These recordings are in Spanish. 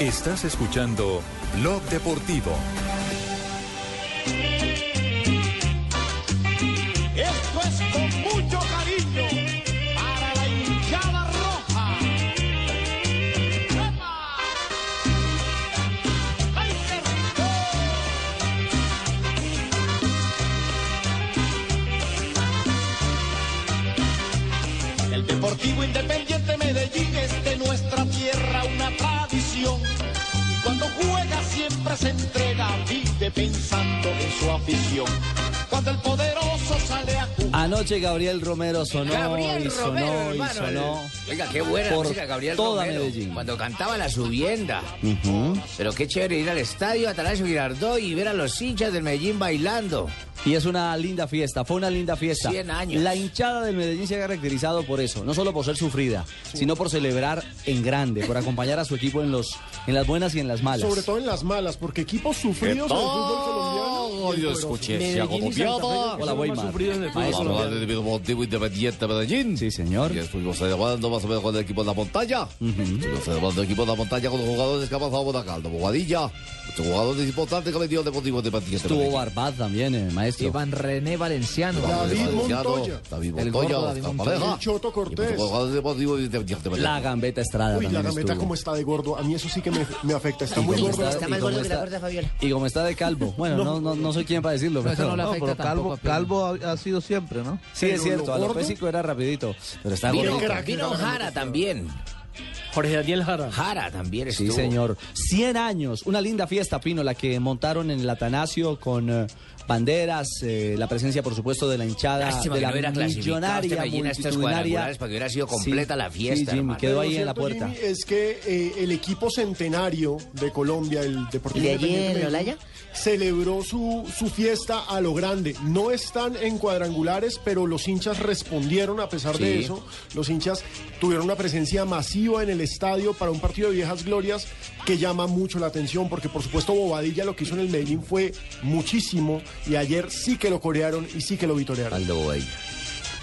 Estás escuchando Blog Deportivo. Esto es con mucho cariño para la hinchada roja. ¡Epa! ¡Ay, qué rico! El Deportivo Independiente Medellín es de nuestra tierra una tradición. Y cuando juega siempre se entrega, vive pensando en su afición. Cuando el poderoso sale a jugar. Anoche Gabriel Romero sonó Gabriel y sonó Romero, y hermano. sonó. Oiga, qué buena por música, Gabriel toda Romero. Medellín. Cuando cantaba la subienda. Pero qué chévere ir al estadio Atanasio Girardot y ver a los hinchas del Medellín bailando. Y es una linda fiesta, fue una linda fiesta. 100 años. La hinchada del Medellín se ha caracterizado por eso, no solo por ser sufrida, sino por celebrar en grande, por acompañar a su equipo en los en las buenas y en las malas. Sobre todo en las malas, porque equipos sufridos del fútbol colombiano. y el yo poderoso. escuché, se agobiado. Hola, Weimar. Maestro. Vamos a del Deportivo Independiente Medellín. Sí, señor. Y estuvimos celebrando más o menos con el equipo de la montaña. Estuvimos celebrando el equipo de la montaña con los jugadores que ha pasado Bonacaldo, como Guadilla. Los jugadores importantes que ha metido el Deportivo Independiente Estuvo Medellín. Barbaz también, eh, maestro. René Valenciano. David Valenciano, Montoya. David El Montoya, gordo David Oscar Montoya. Pareja. El Choto Cortés. Y los jugadores del Deportivo Independiente Medellín. La gambeta Estrada Uy, la también gameta estuvo. como está de gordo. A mí eso sí que me, me afecta. Está muy Y como gordo. está- y como está- Y como está de calvo. Bueno, no, no, no soy quien para decirlo. No, eso pero- no le No, afecta pero Calvo, tampoco, pero- Calvo ha, ha sido siempre, ¿no? Sí, es Pero lo cierto, a gordo- Lopésico era rapidito. Pero está Vino, gordito. crack, vino era Jara también. Jorge Daniel Jara. Jara también Sí, estuvo. señor. 100 años, una linda fiesta, Pino, la que montaron en el Atanasio con eh, banderas, eh, la presencia, por supuesto, de la hinchada, Lástima de que la no hubiera clasificado este millonaria, Medellín a estos multitudinaria. cuadrangulares para que hubiera sido completa Sí, la fiesta, sí, Jimmy, hermano. quedó Pero ahí en lo la cierto, puerta. Jimmy, es que eh, el equipo centenario de Colombia, el Deportivo ¿De allí Independiente en Medellín, Olaya? celebró su, su fiesta a lo grande. No están en cuadrangulares, pero los hinchas respondieron a pesar de Sí. eso. Los hinchas tuvieron una presencia masiva en el estadio para un partido de viejas glorias que llama mucho la atención, porque por supuesto Bobadilla lo que hizo en el Medellín fue muchísimo y ayer sí que lo corearon y sí que lo vitorearon. Aldo Bobadilla.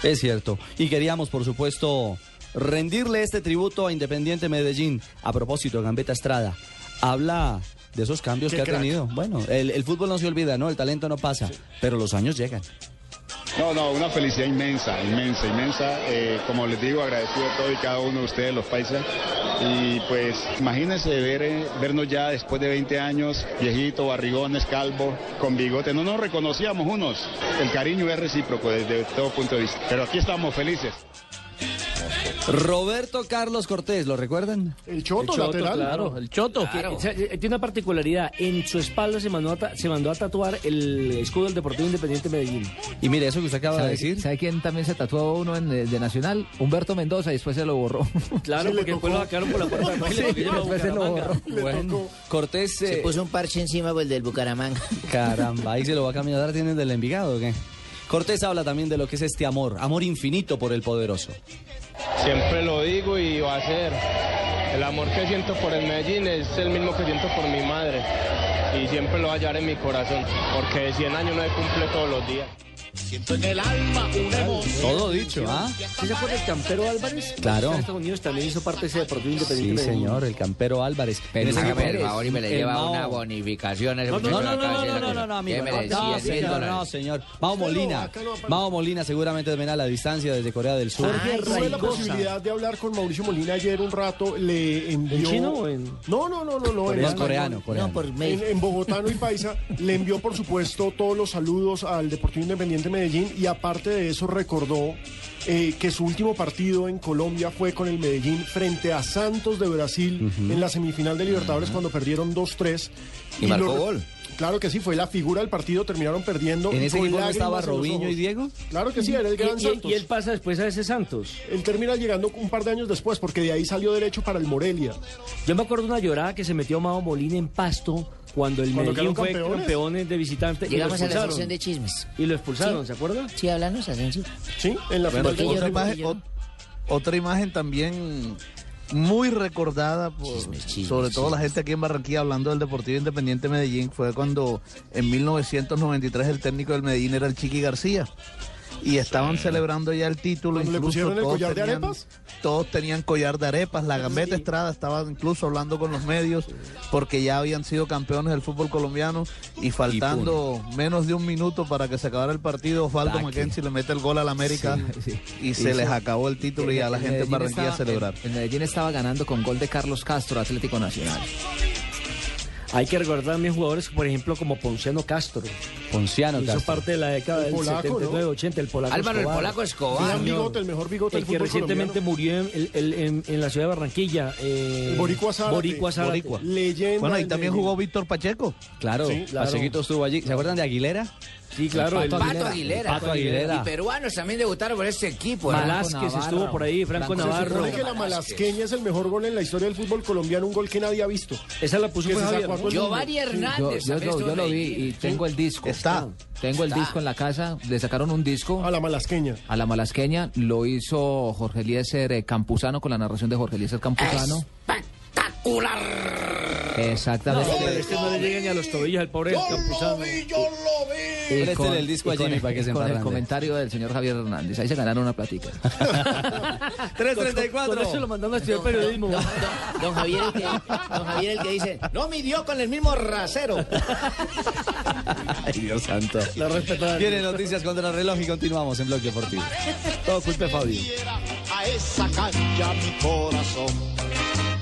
Es cierto. Y queríamos, por supuesto, rendirle este tributo a Independiente Medellín. A propósito, Gambetta Estrada, habla de esos cambios Qué que ha crack. tenido. Bueno, el, el fútbol no se olvida, ¿no? El talento no pasa, pero los años llegan. No, no, una felicidad inmensa, inmensa, inmensa. Eh, como les digo, agradecido a todos y cada uno de ustedes, los paisas. Y pues imagínense ver, eh, vernos ya después de 20 años, viejitos, barrigones, calvos, con bigote. No nos reconocíamos unos. El cariño es recíproco desde todo punto de vista. Pero aquí estamos felices. Roberto Carlos Cortés, ¿lo recuerdan? El Choto, lateral. claro, el Choto, Claro. que o sea, eh, tiene una particularidad, en su espalda se mandó, a ta- se mandó a tatuar el escudo del Deportivo Independiente Medellín. Y mire, eso que usted acaba de decir. quién también se tatuó uno en, eh, de Nacional? Humberto Mendoza y después se lo borró. Claro, Sí, le porque después tocó. lo sacaron por la puerta de atrás y lo llevaron a después se lo Bucaramanga. borró. Bueno, Cortés, eh, Se puso un parche encima pues, del Bucaramanga. caramba, ahí se lo va a caminar, tienen del Envigado, ¿o ¿qué? Cortés habla también de lo que es este amor, amor infinito por el poderoso. Siempre lo digo y va a ser. El amor que siento por el Medellín es el mismo que siento por mi madre. Y siempre lo va a hallar en mi corazón, porque 100 años no se cumple todos los días. Siento en el alma una emoción. Todo dicho, ¿ah? ¿Sí se acuerda el campero Álvarez? Claro. En Estados Unidos también hizo parte de ese Deportivo Sí, Independiente Medellín. señor, el campero Álvarez. En ese equipo- el Mao- bonificación. No, No, no, no, no, no, no, no, no, amigo. No, no, señor, no, señor. Mao Molina. acá no Ah, aparece. Mao Molina seguramente también a la distancia desde Corea del Sur. Jorge Tuve la Raigosa. posibilidad de hablar con Mauricio Molina ayer un rato, le envió... chino o en- No, no, no, no, no. en No, español. coreano, coreano. No, por En, mail. en bogotano y paisa le envió por supuesto todos los saludos al Deportivo Independiente Medellín y aparte de eso recordó eh, que su último partido en Colombia fue con el Medellín frente a Santos de Brasil en la semifinal de Libertadores cuando perdieron 2-3 Y marcó lo- gol. Claro que sí, fue la figura del partido, terminaron perdiendo. ¿En y ese con equipo no estaba lágrimas en los Robinho y ojos. Diego? Claro que sí, era el gran Y- y- Santos. y él pasa después a ese Santos. Él termina llegando un par de años después, porque de ahí salió derecho para el Morelia. Yo me acuerdo una llorada que se metió Mao Molina en pasto cuando el Cuando quedaron Medellín fue campeones. campeones de visitantes y lo Llegamos a la sección expulsaron. de chismes. Y lo expulsaron, ¿se acuerda? Sí, háblanos, Asensio. Sí, en la Bueno, final. que yo otra, recuerdo imagen, yo. ot- otra imagen también muy recordada, por, Chismes, chismes, sobre todo la chismes. gente aquí en Barranquilla hablando del Deportivo Independiente Medellín, fue cuando en 1993 el técnico del Medellín era el Chiqui García. y estaban celebrando ya el título. ¿Cuando le incluso pusieron el todos collar de tenían- arepas? Todos tenían collar de arepas. La Gambeta Estrada estaba incluso hablando con los medios porque ya habían sido campeones del fútbol colombiano y faltando menos de un minuto para que se acabara el partido, Osvaldo Taque. Mackenzie le mete el gol a la América Sí, y se Eso- les acabó el título y a la El gente Medellín en Barranquilla a estaba- celebrar. El, el Medellín estaba ganando con gol de Carlos Castro, Atlético Nacional. Hay que recordar también jugadores, por ejemplo, como Ponciano Castro. que Ponciano Hizo Castro. parte de la década El del polaco, ¿no? 79-80, el polaco Álvaro el Escobar. Polaco Escobar. Gran bigote, el mejor bigote El del que fútbol recientemente colombiano. murió en, el- el- en- en la ciudad de Barranquilla. eh, Boricua Zárate. Boricua Zárate. Boricua. Leyenda. Bueno, ahí del también Medellín. jugó Víctor Pacheco. Claro, Sí, claro. Pachequito estuvo allí. ¿Se acuerdan de Aguilera? Sí, claro. El el- Pato Pato Aguilera. Pato Aguilera. Y peruanos también debutaron por este equipo. ¿no? Malas- Velázquez Navarro. estuvo por ahí, Franco Franco Se Navarro. supone que la Velázquez. malasqueña es el mejor gol en la historia del fútbol colombiano, un gol que nadie ha visto. Esa la puso Que fue se Javier, sacó a ¿no? todo el mundo. Giovanni Yo, Hernández. yo también lo, estuvo yo lo en vi Medellín. y tengo el disco. Está. Tengo el Está. disco en la casa. Le sacaron un disco A la malasqueña. a la malasqueña. Lo hizo Jorge Eliezer eh, Campuzano con la narración de Jorge Eliezer Campuzano. Espectacular. Exactamente. No, pero este no le llega ni a los tobillos al pobre Campuzano. Y Préstele el disco a y con Jimmy para que se con el emparrande. comentario del señor Javier Hernández. Ahí se ganaron una platica. Con eso lo 334. mandaron a estudiar periodismo. Don, don Javier el que, don Javier el que dice, no midió con el mismo rasero. Vienen noticias contra el reloj y continuamos en Bloque Deportivo. Todo culpa de Fabio. A esa cancha mi corazón.